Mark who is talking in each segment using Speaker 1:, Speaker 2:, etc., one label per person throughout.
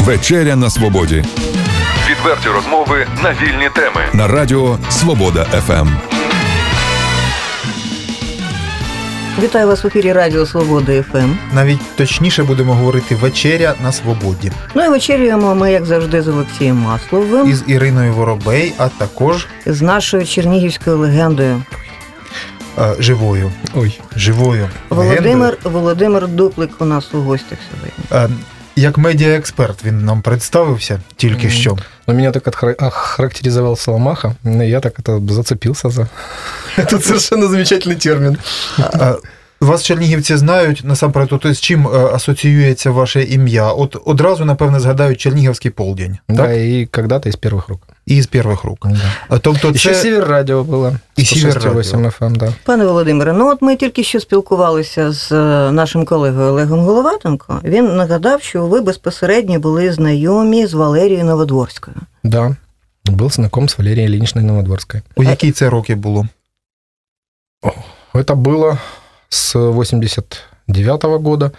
Speaker 1: Вечеря на свободі
Speaker 2: Відверті розмови на вільні теми.
Speaker 1: на радіо Свобода Ем». ФМ.
Speaker 3: Вітаю вас в ефірі Радіо Свобода Ем. ФМ.
Speaker 4: Навіть точніше будемо говорити вечеря на свободі
Speaker 3: Ну і вечерюємо ми, як завжди, з Олексієм Масловим,
Speaker 4: із Іриною Воробей, а також
Speaker 3: з нашою чернігівською легендою
Speaker 4: е, живою.
Speaker 5: Ой,
Speaker 4: Живою легендою.
Speaker 3: Володимир Володимир Дуплик у нас у гостях сьогодні.
Speaker 4: Е, як медіаексперт він нам представився тільки
Speaker 5: Мгм.
Speaker 4: що.
Speaker 5: но меня так отхара- охарактеризовал Соломаха, и я так это зацепился за этот совершенно замечательный термин.
Speaker 4: Е, Вас чернігівці знають насамперед, от з чим е, асоціюється ваше ім'я? От одразу, напевне, згадають Чернігівський полдень,
Speaker 5: Да,
Speaker 4: так?
Speaker 5: и когда-то из первых рук.
Speaker 4: І з перших рук. Е, Тобто
Speaker 5: Еще
Speaker 4: це
Speaker 5: Север Радио было.
Speaker 4: И Север
Speaker 5: 106,8 FM, да.
Speaker 3: Пане Володимире, ну от ми тільки що спілкувалися з е, нашим колегою Олегом Головатенко. Він нагадав, що ви безпосередньо були знайомі з Валерією Новодворською.
Speaker 5: Да. Был знаком с Валерией Ильиничной Новодворской.
Speaker 4: у якій це роки було?
Speaker 5: Это было с 89 года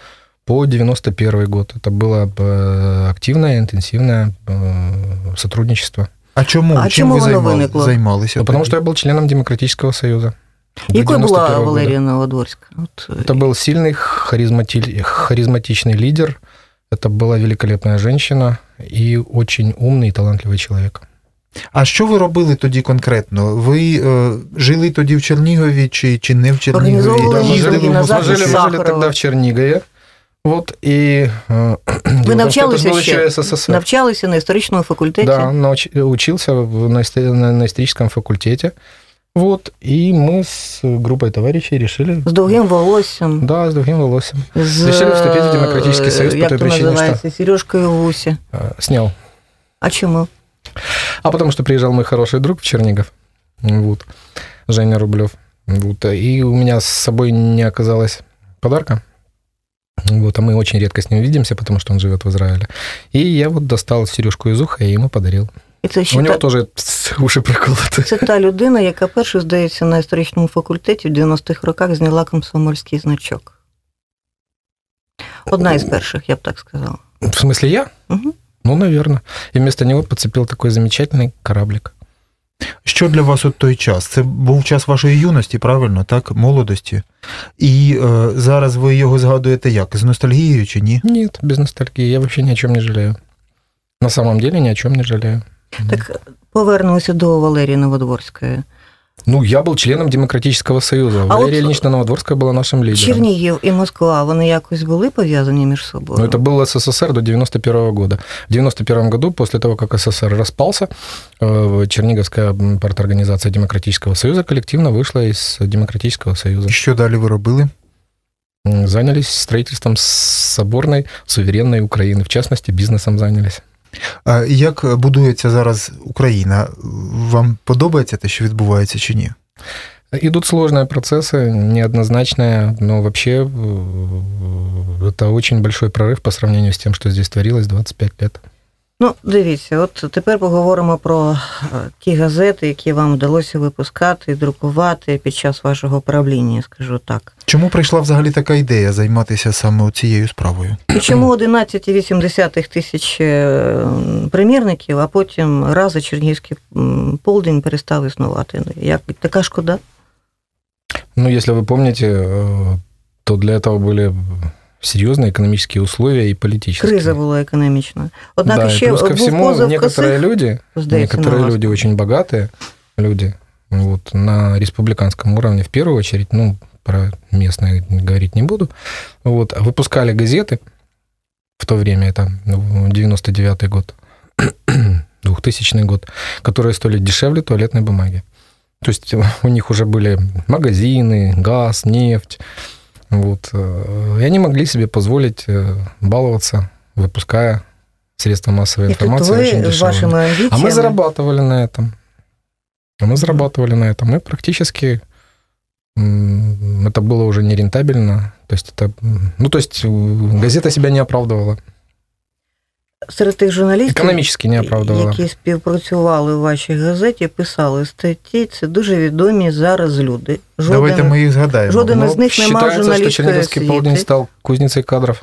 Speaker 5: по 91 год. Это было э, активное, интенсивное э, сотрудничество.
Speaker 4: А чому?
Speaker 3: А
Speaker 4: чим
Speaker 3: чому
Speaker 4: ви
Speaker 3: воно
Speaker 4: займали-
Speaker 3: виникло?
Speaker 4: займалися?
Speaker 5: Ну, потому что я был членом Демократического Союза. до
Speaker 3: Якою була
Speaker 5: 91-го года.
Speaker 3: Валерія Новодворська? От, е,
Speaker 5: Это был сильный, харизмати- харизматичный лидер. Это была великолепная женщина и очень умный и талантливый человек.
Speaker 4: А що ви робили тоді конкретно? Ви е, жили тоді в Чернігові чи, чи не в
Speaker 3: Організовували
Speaker 4: Чернігові?
Speaker 3: ми
Speaker 5: жили,
Speaker 3: другі
Speaker 5: мы
Speaker 3: назад
Speaker 5: жили- мы жили
Speaker 3: Сахарова.
Speaker 5: тогда в Чернигове. Вот, и... э, дело в том, что
Speaker 3: навчались
Speaker 5: это же был
Speaker 3: еще?
Speaker 5: еще СССР.
Speaker 3: е, навчалися на історичному факультеті.
Speaker 5: Да, науч- учился в- на, исти- на- на историческом факультете. Вот, и мы с группой товарищей решили...
Speaker 3: З довгим волоссям.
Speaker 5: Да, с другим волосом.
Speaker 3: з,
Speaker 5: Решили вступити в Демократичний Союз
Speaker 3: е,
Speaker 5: по
Speaker 3: э, як
Speaker 5: той
Speaker 3: то
Speaker 5: причині,
Speaker 3: називається, Сережкою в усі.
Speaker 5: Э, Снял.
Speaker 3: А чому?
Speaker 5: А потому что приезжал мой хороший друг в Чернигов, вот, Женя Рублев. Вот, и у меня с собой не оказалось подарка. Вот, а мы очень редко с ним видимся, потому что он живет в Израиле. И я вот достал сережку из уха и ему подарил.
Speaker 3: І це
Speaker 5: У
Speaker 3: ще
Speaker 5: него
Speaker 3: та,
Speaker 5: тоже тс, уши проколоты.
Speaker 3: це та людина, яка перша, здається, на історичному факультеті в 90-х роках зняла комсомольський значок. Одна із перших, я б так сказала.
Speaker 5: В смысле я?
Speaker 3: Мгм.
Speaker 5: Ну, наверное. И вместо него подцепил такой замечательный кораблик.
Speaker 4: Що для вас от той час? Це був час вашої юності, правильно, так? Молодості. І е, зараз ви його згадуєте як? З ностальгією чи ні?
Speaker 5: Нет, без ностальгии. Я вообще ни о чем не жалею. На самом деле ни о чем не жалею.
Speaker 3: Так повернемося до Валерії Новодворської.
Speaker 5: Ну, я был членом Демократического Союза.
Speaker 3: вот-
Speaker 5: Валерия Ильинична Новодворская была нашим лидером.
Speaker 3: Чернігів і Москва, вони якось були пов'язані між собою.
Speaker 5: Но это был СССР до 91 года. В 91 году, после того, как СССР распался, э, Черниговская м, парторганизация Демократического Союза коллективно вышла из Демократического Союза.
Speaker 4: І Що далі ви робили?
Speaker 5: М, Занялись строительством с- соборной, суверенной Украины. В частности, бизнесом занялись.
Speaker 4: Е, як будується зараз Україна? Вам подобається те, що відбувається, чи ні?
Speaker 5: Идут сложные процессы, неоднозначные, но вообще э, это очень большой прорыв по сравнению с тем, что здесь творилось 25 лет.
Speaker 3: Ну, дивіться, от тепер поговоримо про е, ті газети, які вам вдалося випускати і друкувати під час вашого правління, скажу так.
Speaker 4: Чому прийшла взагалі така ідея займатися саме цією справою?
Speaker 3: І Чому 11,8 тисяч е, примірників, а потім раз за Чернігівський м, полдень перестав існувати? Як така шкода?
Speaker 5: Ну, если вы помните, э, то для этого были серьезные экономические условия и политические.
Speaker 3: Криза була економічна. Однак
Speaker 5: да,
Speaker 3: ще
Speaker 5: и плюс ко
Speaker 3: був
Speaker 5: всему,
Speaker 3: позов
Speaker 5: некоторые
Speaker 3: косих,
Speaker 5: люди,
Speaker 3: здається, на
Speaker 5: некоторые
Speaker 3: вас.
Speaker 5: люди очень богатые люди, вот, на республиканском уровне в первую очередь, ну, про местные говорить не буду, вот, выпускали газеты в то время, это ну, 99-й год, 2000 год, которые стоили дешевле туалетной бумаги. То есть у них уже были магазины, газ, нефть. Вот. э, И они могли себе позволить э, баловаться, выпуская средства массовой
Speaker 3: І тут
Speaker 5: информации очень
Speaker 3: ви з
Speaker 5: дешевыми.
Speaker 3: вашими
Speaker 5: А мы
Speaker 3: амбіціями.
Speaker 5: зарабатывали на этом. А мы зарабатывали на этом. И практически м, это было уже нерентабельно. То есть это... м, Ну, то есть э, газета себя не оправдывала.
Speaker 3: серед тих журналістів,
Speaker 5: Экономически не оправдывала.
Speaker 3: які співпрацювали в вашій газеті, писали статті. Це дуже відомі зараз люди. Жоден,
Speaker 4: Давайте ми їх згадаємо.
Speaker 3: жоден- Один из них не мав
Speaker 5: считается, что
Speaker 3: журналиста
Speaker 5: Черниговский
Speaker 3: освіти.
Speaker 5: полдень стал кузницей кадров.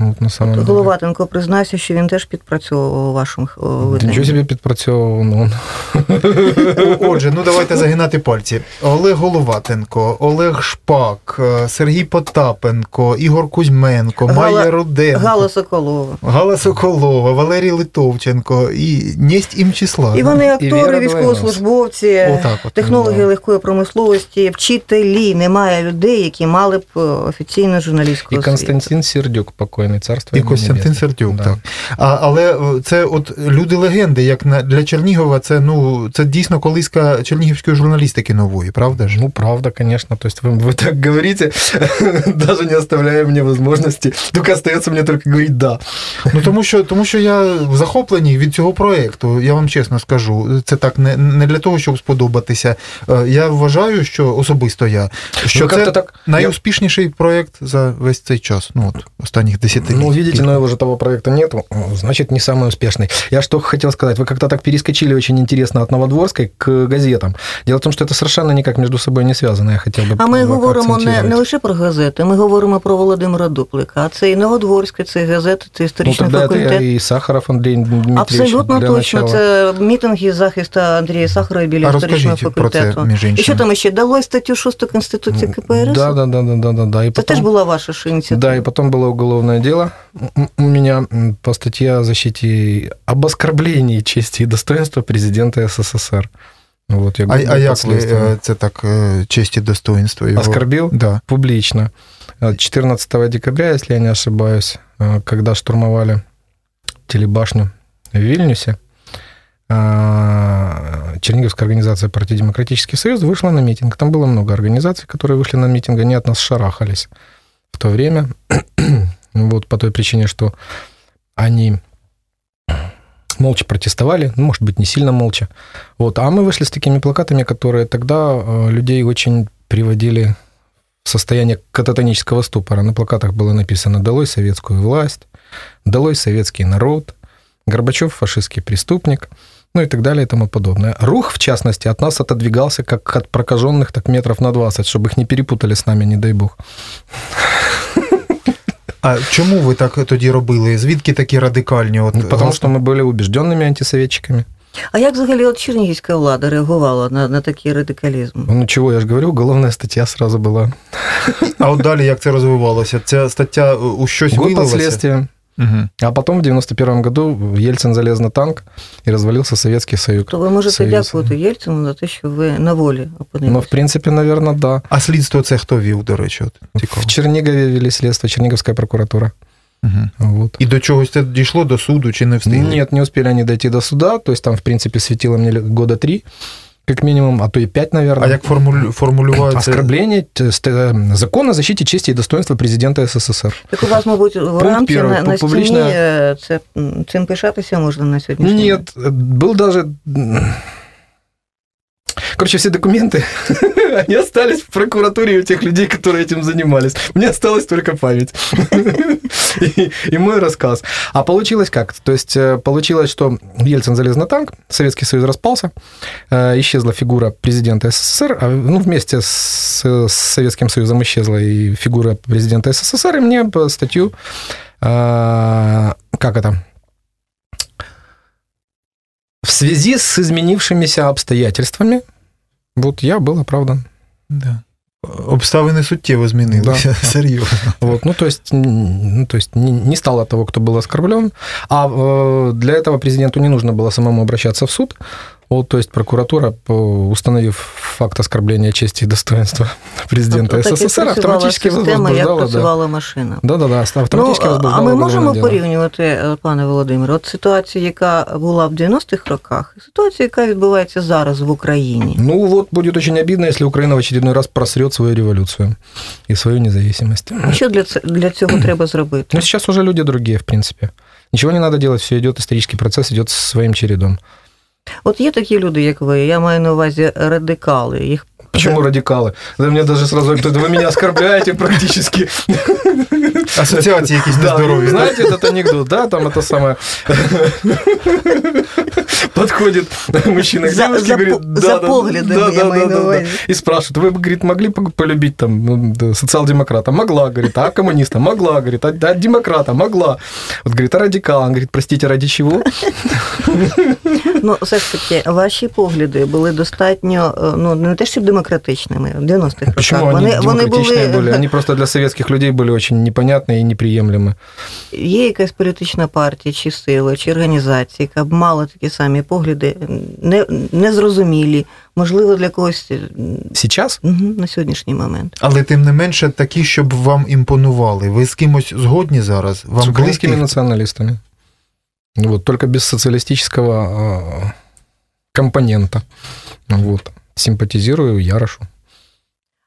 Speaker 5: От на самом деле.
Speaker 3: Головатенко признався, що він теж підпрацьовував у вашому е,
Speaker 5: Та Нічого
Speaker 3: виданні.
Speaker 5: собі підпрацьовував. Ну, он-
Speaker 4: О- Отже, ну давайте загинати пальці. Олег Головатенко, Олег Шпак, е, Сергій Потапенко, Ігор Кузьменко,
Speaker 3: Гала-
Speaker 4: Майя Руденко,
Speaker 3: Гала Соколова.
Speaker 4: Гала Соколова, Валерій Литовченко і несть їм числа.
Speaker 3: І вони
Speaker 5: І Віра
Speaker 3: актори,
Speaker 5: Двойнос.
Speaker 3: військовослужбовці,
Speaker 4: Отак от.
Speaker 3: е, технологи
Speaker 5: Ну, да.
Speaker 3: легкої промисловості, вчителі. Немає людей, які мали б е, офіційно журналістську
Speaker 5: І
Speaker 3: освіту.
Speaker 5: Константин Сердюк, покойний царство.
Speaker 4: Ну, І
Speaker 5: йому
Speaker 4: Костянтин
Speaker 5: небесне.
Speaker 4: Сердюк,
Speaker 5: Да.
Speaker 4: так. А, але е, це от люди легенди, як на для Чернігова, це ну це дійсно колиска чернігівської журналістики нової, правда ж?
Speaker 5: Ну, правда, конечно. То есть вы, вы так говорите, даже не оставляя мне возможности. Только остается мне только говорить «да».
Speaker 4: Ну тому що тому, що я захоплений від цього проєкту, я вам чесно скажу. Це так не, не для того, щоб сподобатися. Е, Я вважаю, що особисто я що
Speaker 5: Ну,
Speaker 4: це
Speaker 5: как-то так. Я-
Speaker 4: найуспішніший проєкт за весь цей час. Ну от останніх десятиліть.
Speaker 5: Ну, видите, но его же того проекта нету, значит, не самый успешный. Я что хотел сказать, вы как-то так перескочили очень интересно от Новодворской к газетам. Дело в том, что это совершенно никак между собой не связано, я хотел бы
Speaker 3: А ми
Speaker 5: э,
Speaker 3: говоримо не,
Speaker 5: поакцентировать.
Speaker 3: не лише про газети, ми говоримо про Володимира Дуплика. А це і Новодворське, це і газети, це
Speaker 5: ну,
Speaker 3: історичний
Speaker 5: тогда это
Speaker 3: факультет.
Speaker 5: и Сахаров Андрей Дмитриевич
Speaker 3: Абсолютно
Speaker 5: для
Speaker 3: точно.
Speaker 5: начала.
Speaker 3: Це мітинги захисту Андрія Сахарова біля
Speaker 4: а
Speaker 3: історичного
Speaker 4: розкажіть про це
Speaker 3: факультету.
Speaker 4: між іншим.
Speaker 3: І що там ще? Дало статтю 6 Конституції КПРС?
Speaker 5: Да, да, да, да, да, да, да. И
Speaker 3: Це теж була ваша ж ініціатива.
Speaker 5: Да, и потом было уголовное дело М- у меня м, по статье о защите об оскорблении чести и достоинства президента СССР. Вот, я
Speaker 4: А,
Speaker 5: был
Speaker 4: а
Speaker 5: под
Speaker 4: як ви
Speaker 5: следствием.
Speaker 4: е, це так е, честь і достоинство його?
Speaker 5: Оскорбил
Speaker 4: Да.
Speaker 5: публично. Э, 14 декабря, если я не ошибаюсь, э, когда штурмовали телебашню в Вильнюсе, э, Черниговская организация партии Демократический Союз вышла на митинг. Там было много организаций, которые вышли на митинг, они от нас шарахались в то время. вот по той причине, что они молча протестовали, ну, может быть, не сильно молча. Вот, а мы вышли с такими плакатами, которые тогда э, людей очень приводили в состояние кататонического ступора. На плакатах было написано «Долой советскую власть», «Долой советский народ», «Горбачев – фашистский преступник», ну и так далее и тому подобное. Рух, в частности, от нас отодвигался как от прокаженных, так метров на 20, чтобы их не перепутали с нами, не дай бог.
Speaker 4: А чому ви так тоді робили? Звідки такі радикальні? От
Speaker 5: Ну, Потому что мы были убежденными антисоветчиками.
Speaker 3: А як взагалі от чернігівська влада реагувала на, на такий радикалізм?
Speaker 5: Ну чего, я же говорю, уголовная статья сразу была.
Speaker 4: А от далі як це розвивалося? Ця стаття е, у щось
Speaker 5: Год
Speaker 4: вилилася?
Speaker 5: последствия.
Speaker 4: Угу.
Speaker 5: А потом в 91 году Ельцин залез на танк и развалился Советский Союз.
Speaker 3: То ви можете
Speaker 5: Союз.
Speaker 3: дякувати Єльцину за те, що ви на волі
Speaker 5: Но,
Speaker 3: опинилися.
Speaker 5: Ну, в принципе, наверное, да.
Speaker 4: А слідство це хто вів, до речі? От, цікаво.
Speaker 5: В Чернигове вели следствие, Черниговская прокуратура.
Speaker 4: Мгм.
Speaker 5: Вот.
Speaker 4: І до чогось це дійшло до суду чи не встигли?
Speaker 5: Нет, не успели они дойти до суда, то есть там, в принципе, светило мне лет- года три, как минимум, а то и пять, наверное.
Speaker 4: А як формулю... формулювати?
Speaker 5: Оскорбление т- ст- э, закон о защите чести и достоинства президента СССР.
Speaker 3: Так у вас, мабуть, в рамці
Speaker 5: перший.
Speaker 3: на, на
Speaker 5: Публічна-
Speaker 3: стіні е, це, м, цим пишатися можна на сьогоднішній день?
Speaker 5: Нет, э, был даже... м, Короче, все документы, они остались в прокуратуре у тех людей, которые этим занимались. Мне осталась только память. и, и мой рассказ. А получилось как? То есть, э, получилось, что Ельцин залез на танк, Советский Союз распался, э, исчезла фигура президента СССР, а, ну, вместе с, э, с Советским Союзом исчезла и фигура президента СССР, и мне по статью... э, Как это? В связи с изменившимися обстоятельствами, вот я был оправдан.
Speaker 4: Да. Обставини суттєво змінилися,
Speaker 5: Да.
Speaker 4: серйозно.
Speaker 5: Вот, ну, то есть, м, ну, то есть не, не стало того, кто был оскорблен. А э, для этого президенту не нужно было самому обращаться в суд. Вот, то есть прокуратура, по- установив факт оскорбления чести и достоинства президента
Speaker 3: Тобто так і
Speaker 5: СССР,
Speaker 3: працювала
Speaker 5: автоматически
Speaker 3: система, як
Speaker 5: возбуждала... да.
Speaker 3: працювала машина.
Speaker 5: Да-да-да, автоматически
Speaker 3: ну,
Speaker 5: возбуждала
Speaker 3: а ми
Speaker 5: уголовное
Speaker 3: можемо
Speaker 5: дело.
Speaker 3: порівнювати, е, пане Володимире, от ситуацію, яка була в 90-х роках, і ситуацію, яка відбувається зараз в Україні.
Speaker 5: Ну вот будет очень обидно, если Украина в очередной раз просрет свою революцию и свою независимость.
Speaker 3: Що для, це- для цього треба зробити?
Speaker 5: Ну, сейчас уже люди другие, в принципе. Ничего не надо делать, все идет, исторический процесс идет своим чередом.
Speaker 3: От є такі люди, як ви, я маю на увазі радикали. Їх
Speaker 5: Почему радикалы? Да мне даже сразу говорят, вы меня оскорбляете практически.
Speaker 4: Асоціації якісь
Speaker 5: Да, ну,
Speaker 4: нездорові. да?
Speaker 5: знаете этот анекдот, да, там это самое... Подходит мужчина к
Speaker 3: За-
Speaker 5: девушке,
Speaker 3: за
Speaker 5: говорит...
Speaker 3: по-
Speaker 5: да,
Speaker 3: за
Speaker 5: да,
Speaker 3: поглядом, я
Speaker 5: да, да,
Speaker 3: имею
Speaker 5: да,
Speaker 3: в
Speaker 5: да, да.
Speaker 3: виду.
Speaker 5: И спрашивает, вы, говорит, могли бы полюбить там м, да, социал-демократа? Могла, говорит, а коммуниста? Могла, говорит, а да, демократа? Могла. Вот, говорит, а радикал? Он говорит, простите, ради чего?
Speaker 3: Ну, все ж таки, ваші погляди були достатньо, е, ну не те, щоб демократичними в 90-х
Speaker 5: Почему
Speaker 3: роках.
Speaker 5: они демократичные были? Они просто для советских людей были очень непонятные и неприемлемы.
Speaker 3: є якась політична партія, чи сила, чи організація, яка б мала такі самі погляди, не, незрозумілі, можливо, для когось е, м,
Speaker 5: Сейчас?
Speaker 3: мгм, на сьогоднішній момент.
Speaker 4: Але тим не менше такі, щоб вам імпонували. Ви з кимось згодні зараз? Вам
Speaker 5: с украинскими
Speaker 4: близькі?
Speaker 5: националистами. Вот, только без социалистического а, компонента. Вот. Симпатизирую Ярошу.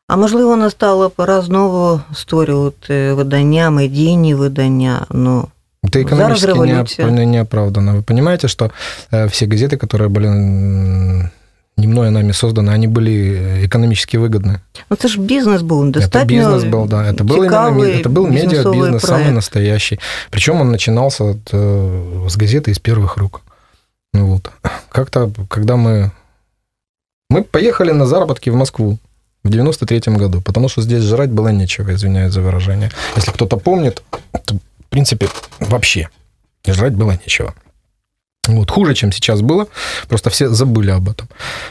Speaker 3: А можливо, настала пора знову створювати видання, медійні видання. Ну
Speaker 5: Это экономически не-
Speaker 3: революция.
Speaker 5: не, неоправданно. Вы понимаете, что э, все газеты, которые были м, не мною нами созданы, они были э, экономически выгодны.
Speaker 3: ну це ж бізнес був
Speaker 5: это
Speaker 3: достатньо.
Speaker 5: бизнес был, да. Это был, именно,
Speaker 3: цікавий
Speaker 5: ми- это был
Speaker 3: бізнесовий
Speaker 5: медиабизнес, самый
Speaker 3: проект.
Speaker 5: настоящий. Причем он начинался от, э, с газеты из первых рук. Ну Вот. Как-то, когда мы... Мы поехали на заработки в Москву в 93-м году, потому что здесь жрать было нечего, извиняюсь за выражение. Если кто-то помнит, то, в принципе, вообще жрать было нечего. Вот, хуже, чем сейчас было, просто все забыли об этом.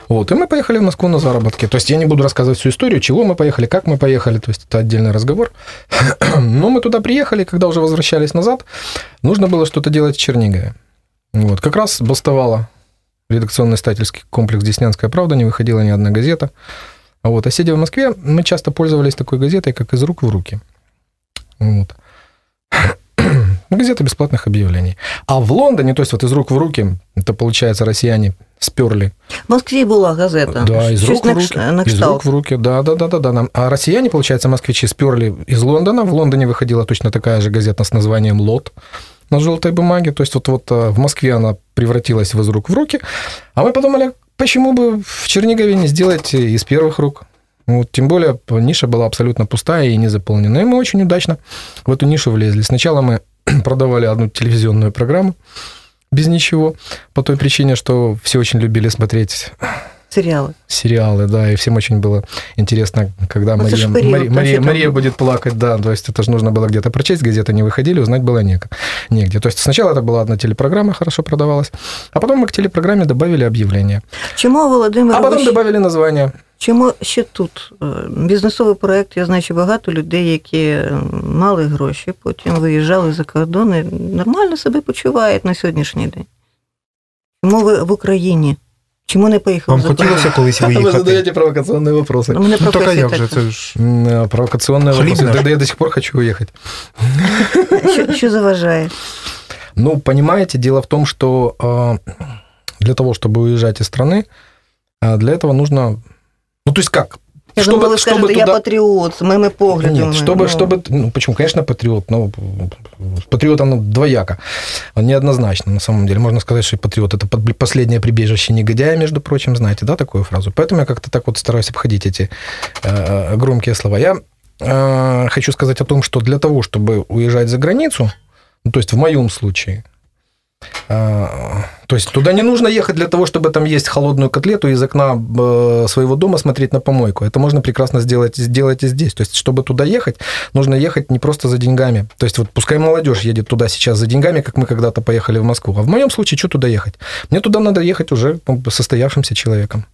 Speaker 5: Вот, и мы поехали в Москву на заработки. То есть я не буду рассказывать всю историю, чего мы поехали, как мы поехали, то есть это отдельный разговор. Но мы туда приехали, когда уже возвращались назад, нужно было что-то делать в Чернигове. Вот, как раз бастовала редакционный стательский комплекс «Деснянская правда», не выходила ни одна газета. А Вот, а сидя в Москве, мы часто пользовались такой газетой, как «Из рук в руки». Вот. Газета бесплатных объявлений. А в Лондоне, то есть вот из рук в руки, это получается россияне сперли
Speaker 3: В Москві була газета.
Speaker 5: да, из
Speaker 3: Щось
Speaker 5: рук в
Speaker 3: на
Speaker 5: руки.
Speaker 3: кш- на
Speaker 5: Из
Speaker 3: кшталт.
Speaker 5: рук в руки, да, да, да, да, да. Нам- А россияне, получается, москвичи сперли из Лондона. В Лондоне выходила точно такая же газета с названием Лот на желтой бумаге. То есть вот, вот э, в Москве она превратилась в из рук в руки. А мы подумали, почему бы в Чернигове не сделать из первых рук? Вот, тем более п- ниша была абсолютно пустая и не заполнена. И мы очень удачно в эту нишу влезли. Сначала мы продавали одну телевизионную программу без ничего, по той причине, что все очень любили смотреть
Speaker 3: Серіали.
Speaker 5: сериалы, да, и всем очень было интересно, когда
Speaker 3: Ну, это
Speaker 5: Мария,
Speaker 3: ж период,
Speaker 5: Мария,
Speaker 3: вообще
Speaker 5: Мария-
Speaker 3: там-
Speaker 5: Мария будет плакать, да, то есть это же нужно было где-то прочесть, газеты не выходили, узнать было нег- негде. То есть сначала это была одна телепрограмма, хорошо продавалась, а потом мы к телепрограмме добавили объявление,
Speaker 3: Чому Володимир?
Speaker 5: а потом
Speaker 3: Вищ-
Speaker 5: добавили название.
Speaker 3: Чому ще тут е, бізнесовий проект? Я знаю, що багато людей, які е, мали гроші, потім виїжджали за кордон і нормально себе почувають на сьогоднішній день. Чому ви в Україні? Чому не поїхали
Speaker 4: Вам
Speaker 3: за кордон?
Speaker 4: хотілося колись
Speaker 5: Типа, Вы
Speaker 4: виїхати?
Speaker 5: задаете провокационные вопросы.
Speaker 3: Ну, мене
Speaker 4: Ну, так а
Speaker 3: професія
Speaker 4: як же?
Speaker 3: така.
Speaker 4: Це ж
Speaker 5: М, э, Провокационные
Speaker 4: Хлеб
Speaker 5: вопросы.
Speaker 4: наш.
Speaker 5: Да, да я до сих пор хочу уехать.
Speaker 3: Що, що заважає?
Speaker 5: Ну, понимаете, дело в том, что э, для того, чтобы уезжать из страны, э, для этого нужно... Ну, то есть как?
Speaker 3: Я
Speaker 5: Чтобы-
Speaker 3: думала, ви скажете,
Speaker 5: чтобы
Speaker 3: я
Speaker 5: туда-
Speaker 3: патріот з моїми поглядами.
Speaker 5: Нет, чтобы,
Speaker 3: Ну,
Speaker 5: чтобы, ну, почему, конечно, патриот, но патриот, оно двояко, неоднозначно, на самом деле. Можно сказать, что и патриот – это под- последнее прибежище негодяя, между прочим, знаете, да, такую фразу? Поэтому я как-то так вот стараюсь обходить эти э, громкие слова. Я э, хочу сказать о том, что для того, чтобы уезжать за границу, ну, то есть в моем случае, а, То есть туда не нужно ехать для того, чтобы там есть холодную котлету и из окна э, своего дома смотреть на помойку. Это можно прекрасно сделать, сделать и здесь. То есть, чтобы туда ехать, нужно ехать не просто за деньгами. То есть, вот пускай молодежь едет туда сейчас за деньгами, как мы когда-то поехали в Москву. А в моем случае, что туда ехать? Мне туда надо ехать уже ну, состоявшимся человеком.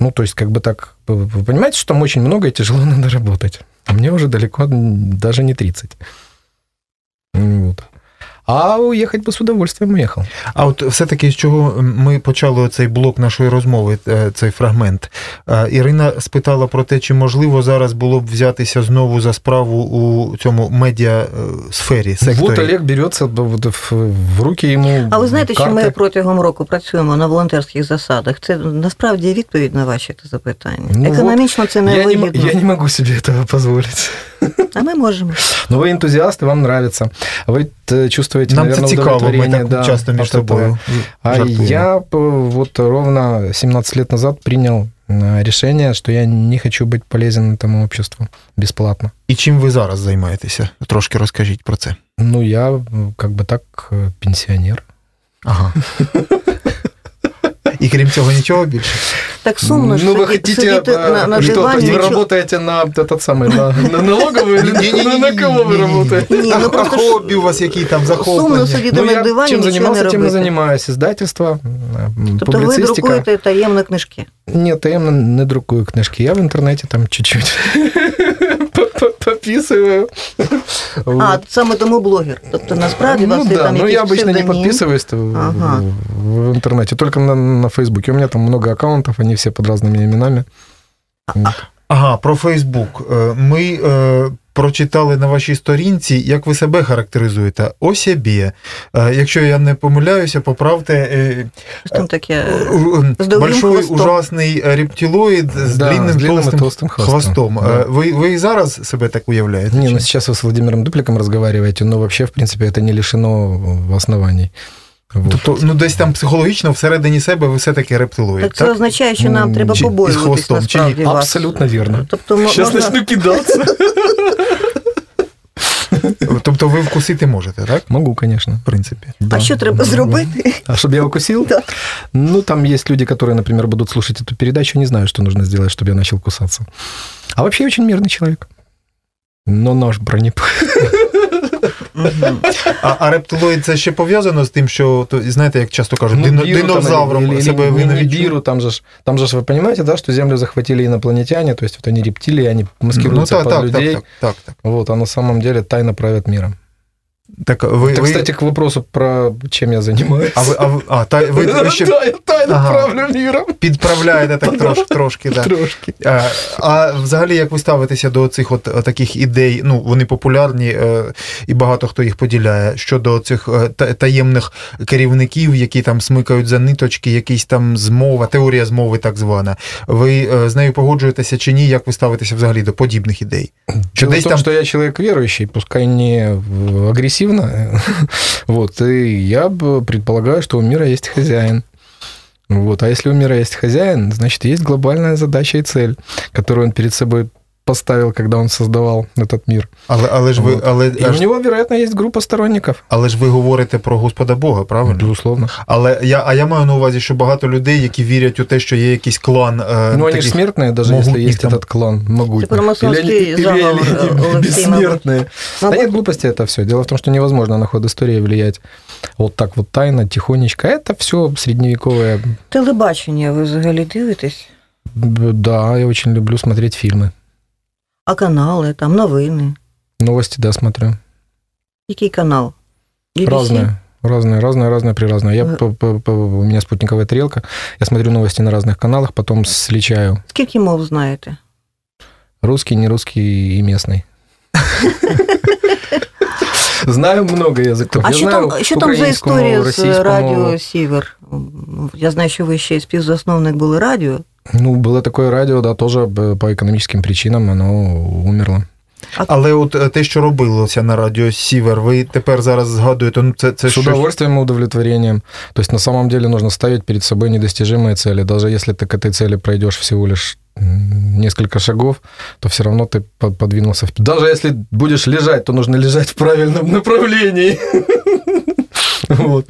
Speaker 5: Ну, то есть, как бы так, вы вы понимаете, что там очень много и тяжело надо работать. А мне уже далеко м, даже не 30. Вот. А уехать бы с удовольствием уехал.
Speaker 4: А от все-таки з чого ми почали цей блок нашої розмови, е, цей фрагмент. Е, Ірина спитала про те, чи можливо зараз було б взятися знову за справу у цьому медіа е, сфері, секторі.
Speaker 5: Вот Олег берется б- вот в, в руки ему.
Speaker 3: А ви знаєте, що
Speaker 5: карти.
Speaker 3: ми протягом року працюємо на волонтерських засадах? Це насправді відповідь на ваші запитання.
Speaker 5: Ну, от
Speaker 3: Економічно це не
Speaker 5: я не, м-
Speaker 3: вигідно,
Speaker 5: я не могу себе этого позволить.
Speaker 3: а ми можемо.
Speaker 5: Но вы энтузиасты, вам нравится. Вы э, чувствуете,
Speaker 4: Нам це
Speaker 5: наверное,
Speaker 4: цікаво, ми
Speaker 5: удовлетворение.
Speaker 4: так
Speaker 5: да,
Speaker 4: часто між
Speaker 5: от этого.
Speaker 4: собою.
Speaker 5: А
Speaker 4: жартуємо.
Speaker 5: я э, вот ровно 17 лет назад принял э, решение, что я не хочу быть полезен этому обществу бесплатно.
Speaker 4: І чим ви зараз займаєтеся? Трошки розкажіть про це.
Speaker 5: Ну, я м, как бы так э, пенсионер.
Speaker 4: Ага. І крім цього, нічого більше.
Speaker 3: Так сумно ж
Speaker 5: ну, вы
Speaker 3: сидіти-
Speaker 5: хотите,
Speaker 3: сидіти
Speaker 5: а,
Speaker 3: на, на
Speaker 5: что, то есть
Speaker 3: дивані.
Speaker 5: вы
Speaker 3: нічого-
Speaker 5: работаете на этот самый, на, на налоговый или на, на кого вы работаете?
Speaker 3: Ні,
Speaker 4: А
Speaker 3: ну
Speaker 4: а
Speaker 3: просто ж
Speaker 4: хобі у вас які там
Speaker 3: Сумно
Speaker 4: захоплення?
Speaker 3: сидіти на дивані,
Speaker 5: Ну,
Speaker 3: нічого не
Speaker 5: чем занимался, тем и
Speaker 3: робити.
Speaker 5: занимаюсь. Издательство, м,
Speaker 3: Тобто ви
Speaker 5: публицистика.
Speaker 3: друкуєте таємно книжки.
Speaker 5: Нет, я н- не друкую книжки. Я в интернете там чуть-чуть подписываю.
Speaker 3: А, саме тому блогер. Тобто насправді у вас
Speaker 5: ну,
Speaker 3: є
Speaker 5: да,
Speaker 3: там
Speaker 5: но
Speaker 3: якийсь
Speaker 5: я обычно не
Speaker 3: псевдонім.
Speaker 5: подписываюсь то в-
Speaker 3: Ага.
Speaker 5: в, в интернете, только на, на Фейсбуке. У меня там много аккаунтов, они все под разными именами.
Speaker 4: Ага, про Фейсбук. Е, Ми е, прочитали на вашій сторінці, як ви себе характеризуєте. О себе. Е, Якщо я не помиляюся, поправте. е,
Speaker 3: Щось Там таке.
Speaker 4: Э,
Speaker 3: С долгим
Speaker 4: Большой
Speaker 3: Е, хвостом.
Speaker 4: ужасный э, рептилоид с
Speaker 5: Да,
Speaker 4: длинным,
Speaker 5: с длинным и
Speaker 4: толстым,
Speaker 5: толстым хвостом.
Speaker 4: хвостом.
Speaker 5: Да.
Speaker 4: Э, Вы, вы и зараз себе так уявляете?
Speaker 5: Не, ну сейчас вы с Владимиром Дупликом разговариваете, но вообще, в принципе, это не лишено э, оснований. Вот.
Speaker 4: Тобто, ну десь там психологічно всередині себе ви все-таки рептилоїд.
Speaker 3: Так це означає, що нам
Speaker 5: М,
Speaker 3: треба
Speaker 4: чи- із
Speaker 3: побоюватись
Speaker 4: хвостом, чи ні?
Speaker 3: насправді вас.
Speaker 5: Абсолютно верно.
Speaker 3: Тобто мо- можна...
Speaker 5: кидаться.
Speaker 4: Тобто ви вкусити можете, так?
Speaker 5: Могу, конечно.
Speaker 4: В принципі.
Speaker 5: Да.
Speaker 3: А що треба
Speaker 5: Да.
Speaker 3: зробити?
Speaker 5: А чтобы я укусил?
Speaker 3: Да.
Speaker 5: Ну, там есть люди, которые, например, будут слушать эту передачу, не знаю, что нужно сделать, чтобы я начал кусаться. А вообще я очень мирный человек. Но нож бронеп...
Speaker 3: Мгм.
Speaker 4: А, а рептилоїд це ще пов'язано з тим, що то, знаєте, як часто кажуть,
Speaker 5: Ну,
Speaker 4: дино, динозавром себе ви не відчули?
Speaker 5: биру, там же, ж- там же ж вы понимаете, да, что Землю захватили инопланетяне, то есть вот они рептилии, они маскируются
Speaker 4: так,
Speaker 5: под
Speaker 4: так,
Speaker 5: людей.
Speaker 4: Ну, так, так, так,
Speaker 5: Вот, а на самом деле тайно правят миром.
Speaker 4: так. Так, ви,
Speaker 5: Это,
Speaker 4: ви,
Speaker 5: кстати, к вопросу про чем я занимаюсь.
Speaker 4: а ви, а ви, а, та, ви, ви ще
Speaker 5: я тайно
Speaker 4: Ага.
Speaker 5: правлю миром.
Speaker 4: підправляєте так трошки, трошки, да.
Speaker 5: Трошки.
Speaker 4: Е, А взагалі, як ви ставитеся до цих от е, таких ідей? Ну вони популярні, е, і багато хто їх поділяє щодо цих е, та- таємних керівників, які там смикають за ниточки, якісь там змова, теорія змови, так звана. Ви е, з нею погоджуєтеся чи ні? Як ви ставитеся взагалі до подібних ідей? Що
Speaker 5: Дело в
Speaker 4: десь
Speaker 5: том,
Speaker 4: там
Speaker 5: что я человек верующий, пускай не в- агрессивно, вот, и я б- предполагаю, что у мира есть хозяин. Вот, а если у мира есть хозяин, значит, есть глобальная задача и цель, которую он перед собой поставил, когда он создавал этот мир.
Speaker 4: але, але ж ви,
Speaker 5: Вот.
Speaker 4: але,
Speaker 5: И у него, вероятно, есть группа сторонников.
Speaker 4: але ж ви говорите про Господа Бога, правильно?
Speaker 5: Безусловно.
Speaker 4: Але я, а я маю на увазі, що багато людей, які вірять у те, що є якийсь клан. е,
Speaker 5: Но они же
Speaker 4: а таких-
Speaker 5: смертные, даже если
Speaker 4: могутних
Speaker 5: есть
Speaker 4: там.
Speaker 5: этот клан могутных.
Speaker 3: Типа масонский заговор, Алексей
Speaker 5: бессмертные. Да
Speaker 3: Мабуть,
Speaker 5: нет глупости это все. Дело в том, что невозможно на ход истории влиять вот так вот тайно, тихонечко. Это все средневековое.
Speaker 3: Телебачення ви взагалі дивитесь,
Speaker 5: Да, я очень люблю смотреть фильмы.
Speaker 3: а канали, там новини.
Speaker 5: Новости, да, смотрю.
Speaker 3: Який канал? BBC?
Speaker 5: Разные. Разные, разные, разные, приразные. Я,
Speaker 3: Мгм.
Speaker 5: по- по- по- у меня спутниковая тарелка. Я смотрю новости на разных каналах, потом сличаю
Speaker 3: Скільки мов знаєте?
Speaker 5: русский, не русский и местный. Знаю много языков.
Speaker 3: А
Speaker 5: Я
Speaker 3: що
Speaker 5: знаю
Speaker 3: там, що там за
Speaker 5: украинскую,
Speaker 3: історія з
Speaker 5: российскую.
Speaker 3: радіо Сівер? М, Я знаю, що ви ще й співзасновник були радіо.
Speaker 5: Ну, было такое радио, да, тоже б- по экономическим причинам оно умерло.
Speaker 4: Але от е, те, що робилося на радіо Сівер, ви тепер зараз згадуєте, ну це, це
Speaker 5: С
Speaker 4: щось...
Speaker 5: удовольствием и удовлетворением. То есть на самом деле нужно ставить перед собой недостижимые цели. Даже если ты к этой цели пройдешь всего лишь м, несколько шагов, то все равно ты по- подвинулся. вп- Даже если будешь лежать, то нужно лежать в правильном направлении. Вот.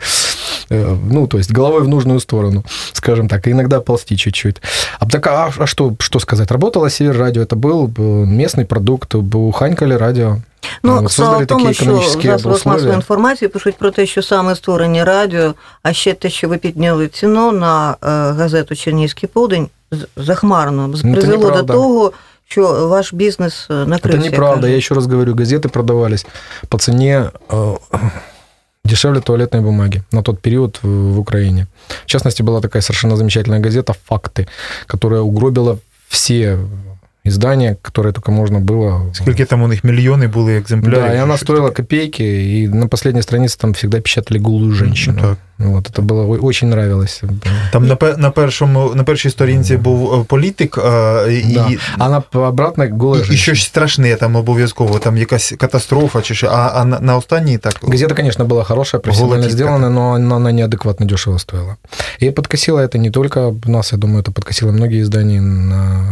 Speaker 5: Э, Ну, то есть головой в нужную сторону, скажем так, и иногда ползти чуть-чуть. А, так, а, а что, что сказать? Работало Север радио, это был э, местный продукт, уханькали радио.
Speaker 3: Ну, справа
Speaker 5: Вот создали
Speaker 3: в тому,
Speaker 5: такі
Speaker 3: що в
Speaker 5: економічні
Speaker 3: засобах масової
Speaker 5: условия.
Speaker 3: інформації пишуть про те, що саме створення радіо, а ще те, що ви підняли ціну на е, газету Чернігівський полдень з- захмарно, з-
Speaker 5: Ну, це
Speaker 3: призвело до
Speaker 5: неправда.
Speaker 3: того, що ваш бізнес е, накрився.
Speaker 5: Это
Speaker 3: як
Speaker 5: неправда.
Speaker 3: кажуть.
Speaker 5: Я еще раз говорю, газеты продавались по цене э, дешевле туалетной бумаги на тот период в, в Украине. В частности, была такая совершенно замечательная газета «Факты», которая угробила все издание, которое только можно было.
Speaker 4: Скільки там у них мільйони були екземплярів? Ну,
Speaker 5: Да, и она
Speaker 4: Щось
Speaker 5: стоила
Speaker 4: таке.
Speaker 5: копейки, и на последней странице там всегда печатали голую женщину.
Speaker 4: Ну, так.
Speaker 5: Вот, это было о- очень нравилось.
Speaker 4: Там на, пе- на, першому, на першій сторінці був е, політик, е, і,
Speaker 5: Да.
Speaker 4: і,
Speaker 5: Она по- обратно голая
Speaker 4: і
Speaker 5: женщина.
Speaker 4: щось страшне там обов'язково, там якась катастрофа чи що. А, а на, на останній так.
Speaker 5: Газета, конечно, была хорошая, профессионально
Speaker 4: Голотитка.
Speaker 5: сделана, но она, она неадекватно дешево стоила. И подкосило это не только нас, я думаю, это подкосило многие издания на...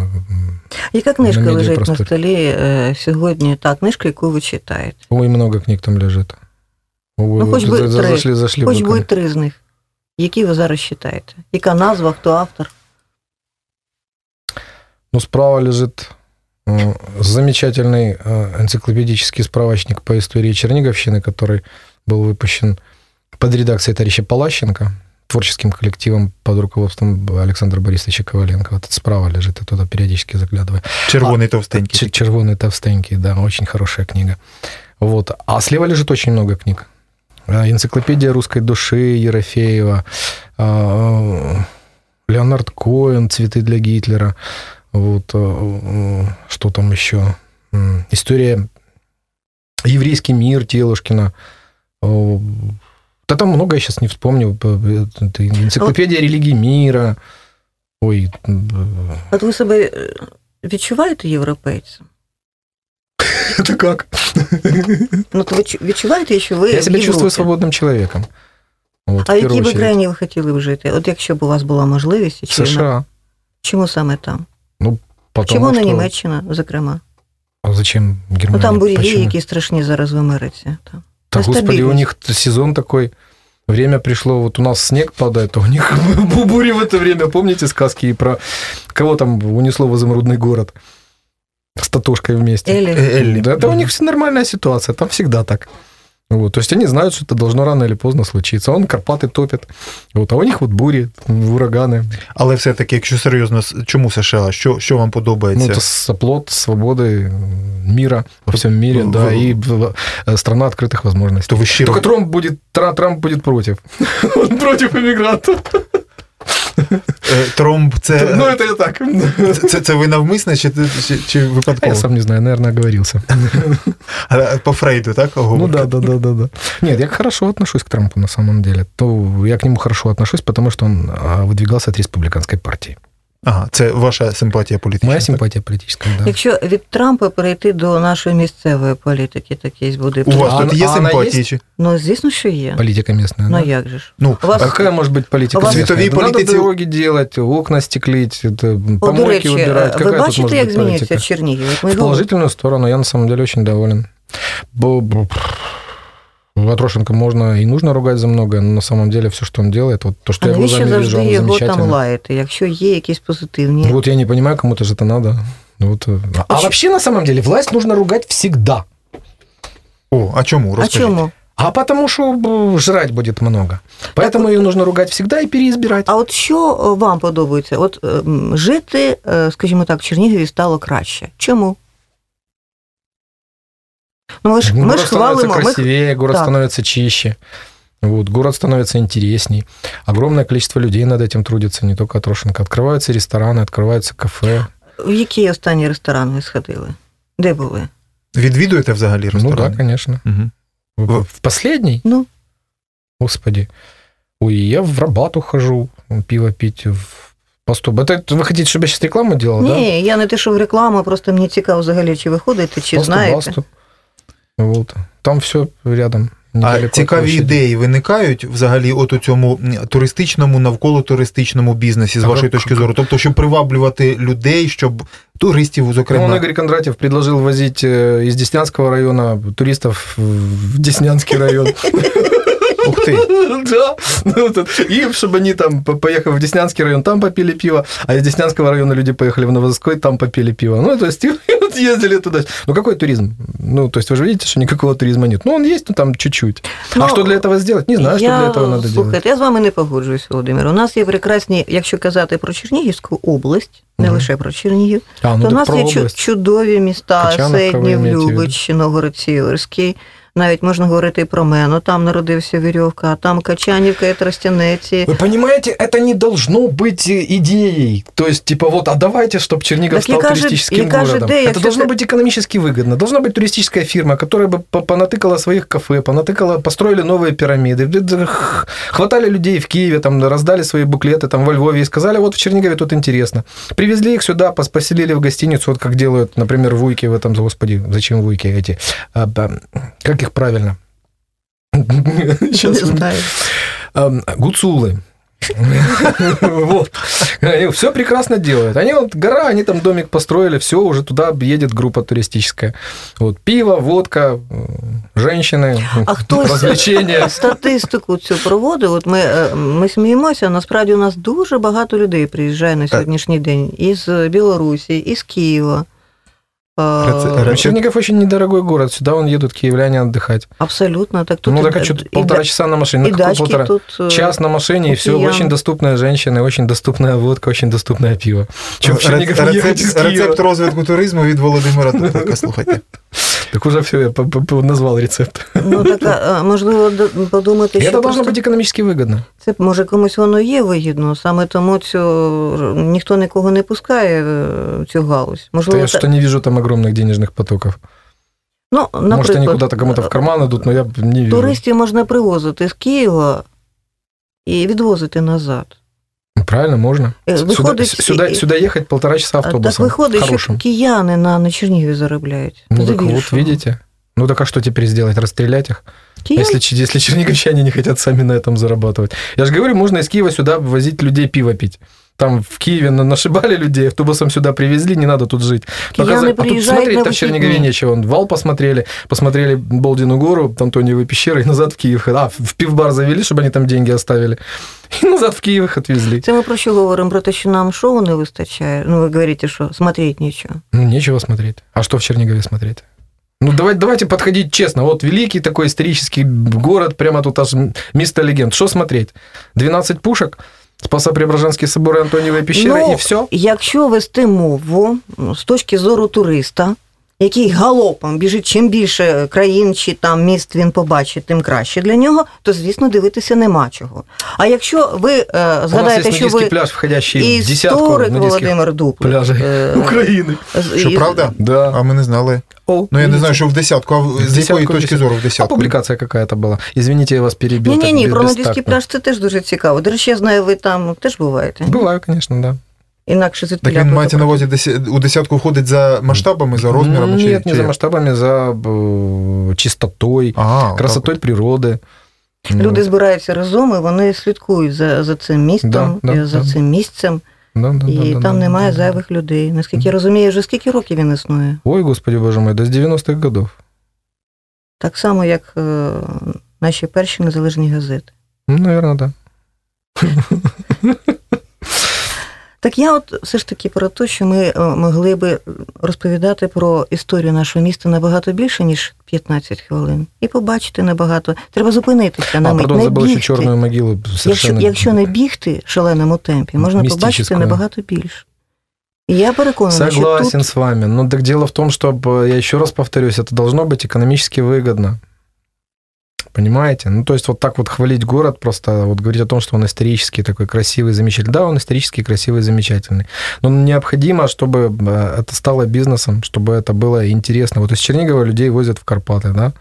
Speaker 3: Яка книжка
Speaker 5: медіапросторі.
Speaker 3: лежить на столі е, сьогодні? Та книжка, яку ви читаєте?
Speaker 5: Ой, много книг там лежит. Ой,
Speaker 3: Ну, хоть бы три.
Speaker 5: зашли, зашли.
Speaker 3: Хоч
Speaker 5: бы,
Speaker 3: будь три з них. Які ви зараз читаєте? Яка назва, хто автор?
Speaker 5: Ну, справа лежит э, замечательный э, энциклопедический справочник по истории Черниговщины, который был выпущен под редакцией товарища Палащенко, творческим коллективом под руководством Александра Борисовича Коваленко. Вот это справа лежит, я туда периодически заглядываю.
Speaker 4: Червоний товстенький.
Speaker 5: Чер- Червоные товстенькие, да, очень хорошая книга. Вот. А слева лежит очень много книг. Э, Энциклопедия русской души Ерофеева, э, Леонард Коэн, «Цветы для Гитлера», вот, э, э, что там еще? М, История «Еврейский мир» Телушкина. Э, Да там много я сейчас не вспомню. Б- б- это Энциклопедия религии мира. Ой, м,
Speaker 3: От ви себе е, відчуваєте європейцем?
Speaker 5: это как?
Speaker 3: Ну, от ви чу- відчуваєте, що ви
Speaker 5: Я
Speaker 3: Э, в
Speaker 5: себя чувствую
Speaker 3: Європі?
Speaker 5: свободным человеком. Вот,
Speaker 3: А
Speaker 5: в
Speaker 3: в якій
Speaker 5: первую
Speaker 3: би
Speaker 5: очередь.
Speaker 3: країні ви хотіли б жити? От якщо б у вас була можливість, і чи вона-
Speaker 5: США.
Speaker 3: чому саме там?
Speaker 5: Потому
Speaker 3: чому не
Speaker 5: что-
Speaker 3: Німеччина, зокрема?
Speaker 5: А зачем Германия?
Speaker 3: Ну там буревії,
Speaker 5: Почему?
Speaker 3: які страшні зараз в Америці. Там.
Speaker 5: Да, господи, у
Speaker 3: нестабильность.
Speaker 5: них т- сезон такой. Время пришло, вот у нас снег падает, а у них бу- бури в это время. Помните сказки и про кого там унесло в изумрудный город? С Татошкой вместе.
Speaker 4: Е-
Speaker 3: Елі,
Speaker 4: Еллі.
Speaker 5: Да, да у них все нормальная ситуация, там всегда так. Вот, то есть они знают, что это должно рано или поздно случиться. Он Карпаты топит. Вот, а у них вот бури, ураганы.
Speaker 4: Але все-таки, якщо серйозно, с- чому США? Що, що вам
Speaker 5: Ну,
Speaker 4: подобається?
Speaker 5: это соплот свободы, м, мира во всем мире,
Speaker 4: Ну,
Speaker 5: да,
Speaker 4: вы-
Speaker 5: и в- э, страна открытых возможностей.
Speaker 4: То ви щиро
Speaker 5: Только Трамп будет, Тра- Трамп будет против. Он против иммигрантов.
Speaker 4: Е, Тромб, це, е,
Speaker 5: Ну, это я так.
Speaker 4: це, це, це ви навмисне чи, чи, чи
Speaker 5: А я
Speaker 4: випадково?
Speaker 5: Е, сам не знаю, наверное, оговорился.
Speaker 4: А, По Фрейду, так?
Speaker 5: Ну
Speaker 4: оговорка?
Speaker 5: да, да, да, да, да. Нет, я хорошо отношусь к Трампу на самом деле. То я к нему хорошо отношусь, потому что он а, выдвигался от республиканской партии.
Speaker 4: Ага, це ваша симпатія політична.
Speaker 5: Моя
Speaker 4: так?
Speaker 5: симпатия политическая, да.
Speaker 3: Якщо від Трампа перейти до нашої місцевої політики, такий буде.
Speaker 4: У
Speaker 3: Трамп.
Speaker 4: вас
Speaker 5: А
Speaker 4: тут є
Speaker 5: вона- а вона
Speaker 4: симпатії?
Speaker 5: є?
Speaker 4: Чи?
Speaker 3: Ну, звісно, що є.
Speaker 5: Политика местная.
Speaker 3: Ну
Speaker 5: да.
Speaker 3: як же ж?
Speaker 4: Ну,
Speaker 3: У вас-
Speaker 5: А какая может быть политика?
Speaker 3: У вас-
Speaker 5: местная?
Speaker 4: Световые
Speaker 5: Да Надо
Speaker 4: политики-
Speaker 5: дороги делать, окна стеклить, это,
Speaker 3: От, до
Speaker 5: помойки
Speaker 3: речі,
Speaker 5: убирать.
Speaker 3: ви
Speaker 5: Какая тут может
Speaker 3: бачите, як
Speaker 5: быть политика?
Speaker 3: змінюється Чернігів? От ми
Speaker 5: В положительную сторону я на самом деле очень доволен. Бо- бо- Ватрошенко можно и нужно ругать за многое, но на самом деле все, что он делает, вот то, что
Speaker 3: А
Speaker 5: я глазами
Speaker 3: навіщо
Speaker 5: вижу,
Speaker 3: завжди
Speaker 5: он
Speaker 3: його там
Speaker 5: замечательно.
Speaker 3: лаяти, якщо є якісь позитивні?
Speaker 5: Вот я не понимаю, кому-то же это надо. Вот. э, А
Speaker 3: чё-
Speaker 5: вообще, на самом деле, власть нужно ругать всегда.
Speaker 4: О, а чому?
Speaker 3: а
Speaker 4: Розкажіть.
Speaker 3: чому?
Speaker 5: А потому что б, жрать будет много. Поэтому ее нужно ругать всегда и переизбирать.
Speaker 3: А от що е, вам подобається? От е, м, жити, е, скажімо так, в Чернігові стало краще. Чому? Ну, ми ж, ми
Speaker 5: город
Speaker 3: ж
Speaker 5: становится
Speaker 3: хвалимо, ми,
Speaker 5: красивее, город
Speaker 3: Так.
Speaker 5: становится чище. Вот, город становится интересней. Огромное количество людей над этим трудится, не только Атрошенко. Открываются рестораны, открываются кафе.
Speaker 3: в який останній ресторан ви сходили? Де були?
Speaker 4: Відвідуєте взагалі
Speaker 5: Ну да,
Speaker 4: ресторани?
Speaker 5: конечно.
Speaker 4: Мгм.
Speaker 5: В в последний?
Speaker 3: Ну.
Speaker 5: Господи. Ой, я в Рабату хожу пиво пить в посту. Это, это вы хотите, чтобы я сейчас рекламу делал, да?
Speaker 3: Ні, я не те, що в рекламу, просто мені цікаво взагалі, чи ви ходите, чи
Speaker 5: Посту,
Speaker 3: знаєте.
Speaker 5: басту. Вот. Там все рядом. недалеко
Speaker 4: А
Speaker 5: от
Speaker 4: цікаві
Speaker 5: площади.
Speaker 4: ідеї виникають взагалі от у цьому м, туристичному, навколо туристичному бізнесі, з
Speaker 5: А
Speaker 4: вашої
Speaker 5: як-
Speaker 4: точки зору. Тобто, щоб приваблювати людей, щоб туристів,
Speaker 5: Ну, он,
Speaker 4: зокрема.
Speaker 5: Игорь Кондратьев, предложил возить э, из Деснянского района туристов в Деснянский район.
Speaker 4: Ух ти!
Speaker 5: Да. Ну, вот это. И чтобы они там, по- поехав в Деснянский район, там попили пиво, а из Деснянского района люди поехали в Новозаводской, там попили пиво. Ну, то есть, и вот ездили туда. Ну, какой туризм? Ну, то есть, вы же видите, что никакого туризма нет. Ну, он есть, но там чуть-чуть.
Speaker 3: Ну,
Speaker 5: А что для этого сделать? Не знаю, что для этого надо
Speaker 3: слухайте,
Speaker 5: делать.
Speaker 3: я з вами не погоджуюсь, Володимир. У нас є прекрасні, якщо казати про Чернігівську область, не
Speaker 5: Мгм.
Speaker 3: лише про Чернігів,
Speaker 5: А,
Speaker 3: То у
Speaker 5: так
Speaker 3: нас
Speaker 5: Ну, про
Speaker 3: є чу-
Speaker 5: область.
Speaker 3: чудові міста
Speaker 5: Качановка, ви
Speaker 3: Седнів,
Speaker 5: маєте в виду?
Speaker 3: Любич, Новгород Сіверський, навіть можна говорити і про мене. Ну, Там народився Вірьовка, а там Качанівка і Тростянеці.
Speaker 5: Вы понимаете, это не должно быть э, идеей. То есть, типа, вот, а давайте, чтобы Чернигов
Speaker 3: Так
Speaker 5: стал
Speaker 3: яка же-
Speaker 5: туристическим
Speaker 3: яка же
Speaker 5: городом.
Speaker 3: идея?
Speaker 5: это
Speaker 3: Всё
Speaker 5: должно
Speaker 3: это-
Speaker 5: быть экономически выгодно. Должна быть туристическая фирма, которая бы по- понатыкала своих кафе, понатыкала, построили новые пирамиды, д- д- х- хватали людей в Киеве, там, раздали свои буклеты там, во Львове и сказали, вот в Чернигове тут интересно. Привезли их сюда, пос- поселили в гостиницу, вот как делают, например, вуйки в этом, господи, зачем вуйки эти? А, б- как их правильно? Сейчас
Speaker 3: Не знаю.
Speaker 5: Ам, Эм, Гуцулы. Вот. Все прекрасно делают. Они вот гора, они там домик построили, все, уже туда едет группа туристическая. Вот пиво, водка, м, женщины, ну,
Speaker 3: А хтось-
Speaker 5: развлечения.
Speaker 3: Статистику цю проводив. От ми, е, ми сміємося. Насправді у нас дуже багато людей приїжджає
Speaker 5: Е.
Speaker 3: на сьогоднішній день із Білорусі, із Києва. Е,
Speaker 4: Раце-
Speaker 5: Ну, Чернигов очень недорогой город, сюда он едут киевляне отдыхать.
Speaker 3: Абсолютно так тут
Speaker 5: ну
Speaker 3: і-
Speaker 5: так а что,
Speaker 3: і
Speaker 5: полтора
Speaker 3: да-
Speaker 5: часа на машине,
Speaker 3: і
Speaker 5: ну какой
Speaker 3: дачки
Speaker 5: полтора?
Speaker 3: тут э, е,
Speaker 5: Час на машине, и все,
Speaker 3: купи я.
Speaker 5: очень доступная женщина, очень доступная водка, очень доступное пиво. Чем в Чернигов
Speaker 4: Рецепт-
Speaker 5: не ехать из Киева?
Speaker 4: Рецепт розвитку туризму від Володимира Тутенка, слухайте.
Speaker 5: Так уже все, я по- по- назвал рецепт.
Speaker 3: Ну так а, е, можливо до- подумати,
Speaker 5: И
Speaker 3: що
Speaker 5: это должно
Speaker 3: просто
Speaker 5: быть экономически выгодно.
Speaker 3: це може комусь воно є вигідно, саме тому цю ніхто нікого не пускає е, цю галузь.
Speaker 5: Да
Speaker 3: Можливо,
Speaker 5: я
Speaker 3: та-
Speaker 5: что не вижу там огромных денежных потоков.
Speaker 3: ну
Speaker 5: Может, они
Speaker 3: наприклад, е,
Speaker 5: куда-то кому-то в карман идут, но я б не вижу.
Speaker 3: туристів можна привозити з Києва і відвозити назад.
Speaker 5: Ну, Правильно, можно.
Speaker 3: Э,
Speaker 5: Сюда,
Speaker 3: выходы-
Speaker 5: сюда, сюда ехать полтора часа
Speaker 3: А так
Speaker 5: автобусом.
Speaker 3: виходить, що
Speaker 5: хорошим.
Speaker 3: кияни на, на Чернігові заробляють.
Speaker 5: Ну так вот,
Speaker 3: Здебільшого.
Speaker 5: видите. Ну так а что теперь сделать? Расстрелять их?
Speaker 3: Киян
Speaker 5: Если, чи- если черниговчане не хотят сами на этом зарабатывать. Я же говорю, можно из Киева сюда возить людей пиво пить. Там в Киеве на- нашибали людей, автобусом сюда привезли, не надо тут жить.
Speaker 3: Кияны
Speaker 5: а тут
Speaker 3: приезжают
Speaker 5: смотреть-то
Speaker 3: на
Speaker 5: в Чернигове
Speaker 3: выходные.
Speaker 5: нечего. Вон, вал посмотрели, посмотрели Болдину гору, Антониевы пещеры и назад в Киев. А, в пивбар завели, чтобы они там деньги оставили. И назад в Киев их отвезли.
Speaker 3: Це ми про що говоримо? Про те, що нам шоу не вистачає. Ну, ви говорите, що смотреть нічого.
Speaker 5: Ну, нечего смотреть. А что в Чернигове смотреть? Ну, давайте, давайте подходить честно. Вот великий такой исторический город, прямо тут аж м- место легенд. Что смотреть? 12 пушек, Спасо-Преображенский собор и Антониевая пещера,
Speaker 3: Ну,
Speaker 5: и все?
Speaker 3: Якщо вести мову ну, з точки зору туриста, який галопом біжить, чим більше країн чи там міст він побачить, тим краще для нього, то звісно дивитися нема чого. А якщо ви е,
Speaker 5: У нас есть
Speaker 3: згадаєте, що
Speaker 5: нудистский
Speaker 3: ви
Speaker 5: пляж, входящий в десятку
Speaker 3: історик
Speaker 5: нудистских
Speaker 3: Володимир Дуплик,
Speaker 5: пляжей
Speaker 3: е,
Speaker 5: Украины.
Speaker 3: з-
Speaker 4: Що
Speaker 3: із-
Speaker 4: правда?
Speaker 5: Да.
Speaker 4: А ми не знали.
Speaker 5: О,
Speaker 4: Ну я не
Speaker 5: видите?
Speaker 4: знаю, що в десятку, а в- з
Speaker 5: Десятку,
Speaker 4: якої точки
Speaker 5: десятку.
Speaker 4: зору в
Speaker 5: А
Speaker 4: десятку?
Speaker 5: публикация какая-то была. Извините, я вас перебил.
Speaker 3: Ні, ні,
Speaker 5: так
Speaker 3: ні, про
Speaker 5: бестактно.
Speaker 3: нудистський пляж це теж дуже цікаво. До речі, я знаю, ви там теж буваєте.
Speaker 5: Бываю, конечно, да.
Speaker 3: Інакше звідти
Speaker 4: Так він мається на увазі деся- у десятку входить за масштабами, за розмірами чи
Speaker 5: Нет, не
Speaker 4: чи
Speaker 5: за
Speaker 4: як?
Speaker 5: масштабами, за э, чистотой,
Speaker 4: А,
Speaker 5: красотой природы.
Speaker 3: Люди збираються разом і вони слідкують за, за цим містом,
Speaker 5: Да, да,
Speaker 3: і за
Speaker 5: да.
Speaker 3: цим місцем,
Speaker 5: Ну, да, да,
Speaker 3: і
Speaker 5: да,
Speaker 3: там
Speaker 5: да,
Speaker 3: немає
Speaker 5: да, да.
Speaker 3: зайвих людей. Наскільки я розумію, вже скільки років він існує?
Speaker 5: Ой, господи, боже мой, да с 90-х годов.
Speaker 3: Так само, як е, наші перші незалежні газети.
Speaker 5: Ну, наверное, да.
Speaker 3: Так я от все ж таки про те, що ми е, могли би розповідати про історію нашого міста набагато більше, ніж 15 хвилин, і побачити набагато. Треба зупинитися на
Speaker 5: а,
Speaker 3: мить,
Speaker 5: пардон,
Speaker 3: не
Speaker 5: забыл еще
Speaker 3: бігти.
Speaker 5: черную могилу.
Speaker 3: Якщо,
Speaker 5: Совершенно...
Speaker 3: якщо не бігти в шаленому темпі, можна побачити
Speaker 5: Містичною.
Speaker 3: набагато більше. І я переконана, що тут
Speaker 5: Согласен с вами. Но так дело в том, что, б, я еще раз повторюсь, это должно быть экономически выгодно. Понимаете? Ну, то есть вот так вот хвалить город просто, вот говорить о том, что он исторический такой красивый, замечательный. Да, он исторический, красивый, замечательный. Но необходимо, чтобы э, это стало бизнесом, чтобы это было интересно. Вот из Чернигова людей возят в Карпаты, да?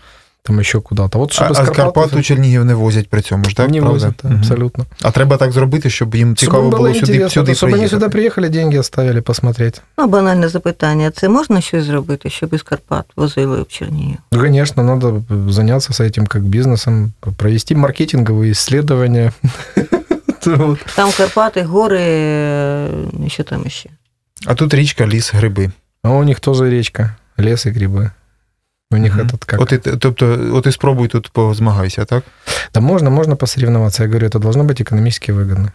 Speaker 5: Там еще куда-то. Вот
Speaker 4: А,
Speaker 5: чтобы
Speaker 4: а з Карпат у Чернігів не возять при цьому ж, так?
Speaker 5: не
Speaker 4: правда?
Speaker 5: возят, да,
Speaker 4: Мгм.
Speaker 5: абсолютно.
Speaker 4: А треба так зробити, щоб їм цікаво
Speaker 5: Чтобы им
Speaker 4: було, сюди,
Speaker 5: интересно,
Speaker 4: сюди
Speaker 5: да, чтобы они
Speaker 4: приїхати.
Speaker 5: сюда приехали, деньги оставили посмотреть.
Speaker 3: ну, банальне запитання: це можна щось зробити, щоб із Карпат возили в Чернігів?
Speaker 5: Ну, Конечно, надо заняться с этим как бизнесом, провести маркетинговые исследования. Вот.
Speaker 3: Там Карпати, гори, е, що там ще?
Speaker 4: А тут річка, ліс, гриби.
Speaker 5: А у них тоже речка, лес и грибы. У них
Speaker 4: Мгм.
Speaker 5: этот как?
Speaker 4: От і, тобто, от і спробуй тут позмагайся, так?
Speaker 5: Да можно, можно посоревноваться. Я говорю, это должно быть экономически выгодно.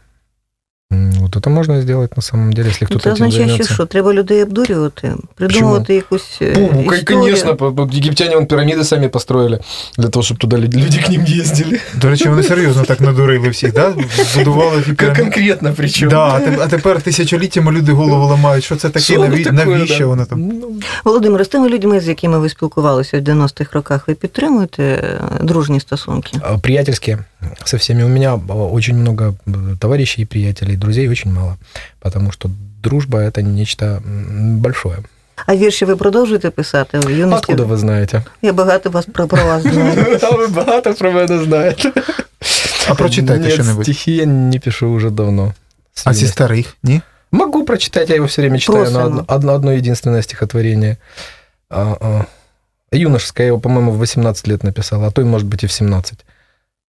Speaker 5: М, Вот это можно сделать на самом деле, если
Speaker 3: Ну,
Speaker 5: кто-то
Speaker 3: Це
Speaker 5: этим
Speaker 3: означає, що,
Speaker 5: займется.
Speaker 3: що треба людей обдурювати, придумувати якусь е,
Speaker 5: Пу, ну,
Speaker 3: історію.
Speaker 5: кон- конечно, по- по- египтяне вон пирамиды сами построили для того, чтобы туда лю- люди к ним ездили.
Speaker 4: До речі, вони серйозно так надурили всіх, да? Будували ті
Speaker 5: Кон-
Speaker 4: піраміди.
Speaker 5: Конкретно причем.
Speaker 4: Да, а теп- а тепер тисячоліттями люди голову ламають, що це таке,
Speaker 5: Що воно
Speaker 4: наві-
Speaker 5: таке,
Speaker 4: навіщо
Speaker 5: да?
Speaker 4: воно там.
Speaker 5: Ну,
Speaker 3: Володимир, з тими людьми, з якими ви спілкувалися в 90-х роках, ви підтримуєте е, дружні стосунки?
Speaker 5: а, Приятельские со всеми. У меня а, очень много э, товарищей, приятелей, друзей очень мало. Потому что дружба это нечто м, большое.
Speaker 3: А вірші ви продовжуєте писати в юності?
Speaker 5: Откуда вы знаете?
Speaker 3: Я багато вас про, про вас знаю.
Speaker 5: А вы багато про мене знаєте.
Speaker 4: А прочитайте
Speaker 5: Нет,
Speaker 4: що-небудь.
Speaker 5: стихи я не пишу уже давно. С
Speaker 4: А зі
Speaker 5: юности.
Speaker 4: старих, ні?
Speaker 5: Могу прочитать, я его все время читаю,
Speaker 3: Просто,
Speaker 5: но
Speaker 3: ну.
Speaker 5: одно, одно- одно единственное стихотворение. А, а, юношеское, я его, по-моему, в 18 лет написал, а то и, может быть, и в 17.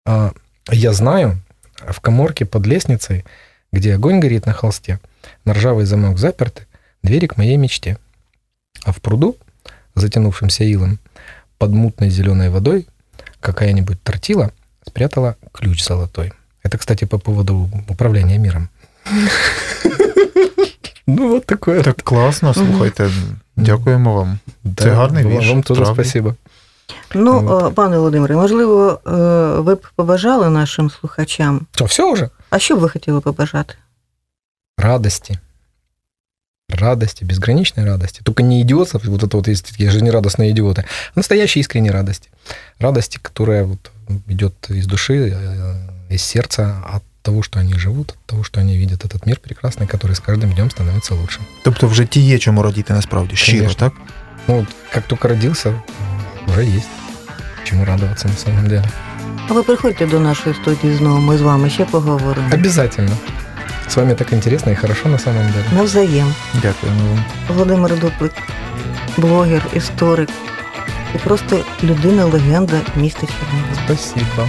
Speaker 5: А, я знаю, в коморке под лестницей, где огонь горит на холсте, на ржавый замок заперты, двери к моей мечте. А в пруду, затянувшимся илом, под мутной зеленой водой, какая-нибудь тортила спрятала ключ золотой. Это, кстати, по поводу управления миром. Ну, вот такое.
Speaker 4: Так класно, слухайте. Дякуємо вам.
Speaker 5: Да,
Speaker 4: Це гарний
Speaker 5: вам-
Speaker 4: вірш,
Speaker 5: Вам теж
Speaker 4: справді.
Speaker 5: спасибо.
Speaker 3: Ну, е, пане Володимире, можливо, е, ви б побажали нашим слухачам.
Speaker 5: Що, все уже?
Speaker 3: А що б ви хотіли побажати?
Speaker 5: Радости. Радости, безграничной радости. Только не идиотов, вот это вот есть такие жизнерадостные идиоты, а настоящей искренней радости. Радости, которая вот идет из души, э, из сердца, от того, что они живут, от того, что они видят этот мир прекрасный, который с каждым днем становится лучше.
Speaker 4: Тобто вже ті є чому радіти насправді, щиро,
Speaker 5: Конечно.
Speaker 4: так?
Speaker 5: Ну, вот как только родился, уже есть чему радоваться на самом деле.
Speaker 3: А ви приходьте до нашої студії знову, ми з вами ще поговоримо.
Speaker 5: Обязательно. С вами так интересно и хорошо на самом деле.
Speaker 3: Навзаєм.
Speaker 4: Дякуємо вам.
Speaker 3: Володимир Дуплик, блогер, історик і просто людина-легенда міста Чернігова.
Speaker 5: Спасибо.